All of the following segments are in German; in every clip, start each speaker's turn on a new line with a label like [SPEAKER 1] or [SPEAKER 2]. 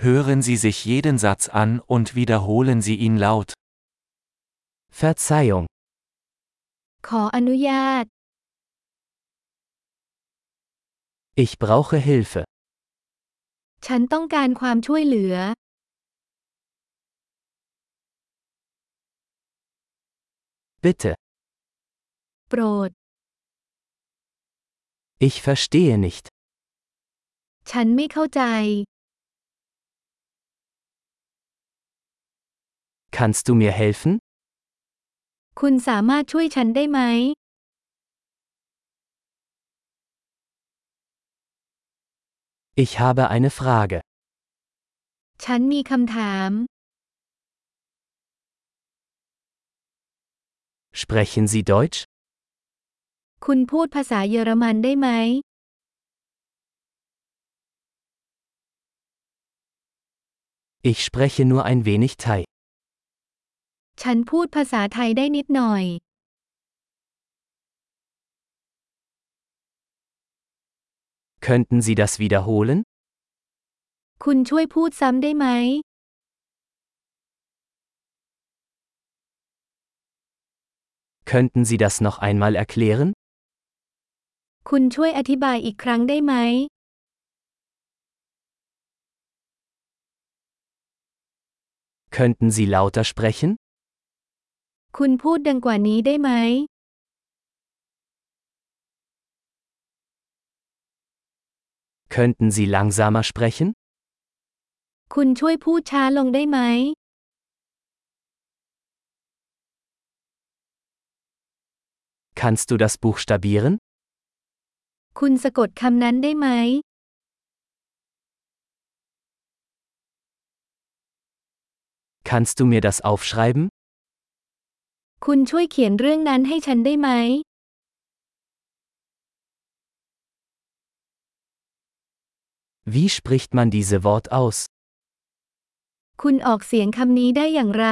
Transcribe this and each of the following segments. [SPEAKER 1] Hören Sie sich jeden Satz an und wiederholen Sie ihn laut.
[SPEAKER 2] Verzeihung,
[SPEAKER 3] ขออนุญาต
[SPEAKER 2] ich brauche Hilfe.
[SPEAKER 3] ฉันต้องการความช่วยเหลือ
[SPEAKER 2] Bitte,
[SPEAKER 3] โปรด
[SPEAKER 2] ich verstehe nicht.
[SPEAKER 3] ฉันไม่เข้าใจ
[SPEAKER 2] Kannst du mir helfen?
[SPEAKER 3] คุณสามารถช่วยฉันได้ไหม
[SPEAKER 2] Ich habe eine Frage.
[SPEAKER 3] ฉันมีคำถาม
[SPEAKER 2] Sprechen Sie Deutsch?
[SPEAKER 3] คุณพูดภาษาเยอรมันได้ไหม
[SPEAKER 2] Ich spreche nur ein wenig Thai.
[SPEAKER 3] ฉันพูดภาษาไทยได้นิดหน่อย
[SPEAKER 2] Könnten Sie das wiederholen?
[SPEAKER 3] คุณช่วยพูดซ้ำได้ไหม
[SPEAKER 2] Könnten Sie das noch einmal erklären?
[SPEAKER 3] คุณช่วยอธิบายอีกครั้งได้ไหม
[SPEAKER 2] Könnten Sie lauter sprechen?
[SPEAKER 3] คุณพูดดังกว่านี้ได้ไหม
[SPEAKER 2] Könnten Sie langsamer sprechen?
[SPEAKER 3] คุณช่วยพูดช้าลงได้ไหม
[SPEAKER 2] Kannst du das buchstabieren?
[SPEAKER 3] คุณสะกดคำนั้นได้ไหม
[SPEAKER 2] Kannst du mir das aufschreiben?
[SPEAKER 3] คุณช่วยเขียนเรื่องนั้นให้ฉันได้ไหม
[SPEAKER 2] Wie spricht man diese Wort aus?
[SPEAKER 3] คุณออกเสียงคำนี้ได้อย่างไร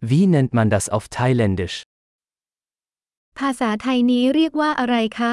[SPEAKER 2] Wie nennt man das auf Thailändisch?
[SPEAKER 3] ภาษาไทยนี้เรียกว่าอะไรคะ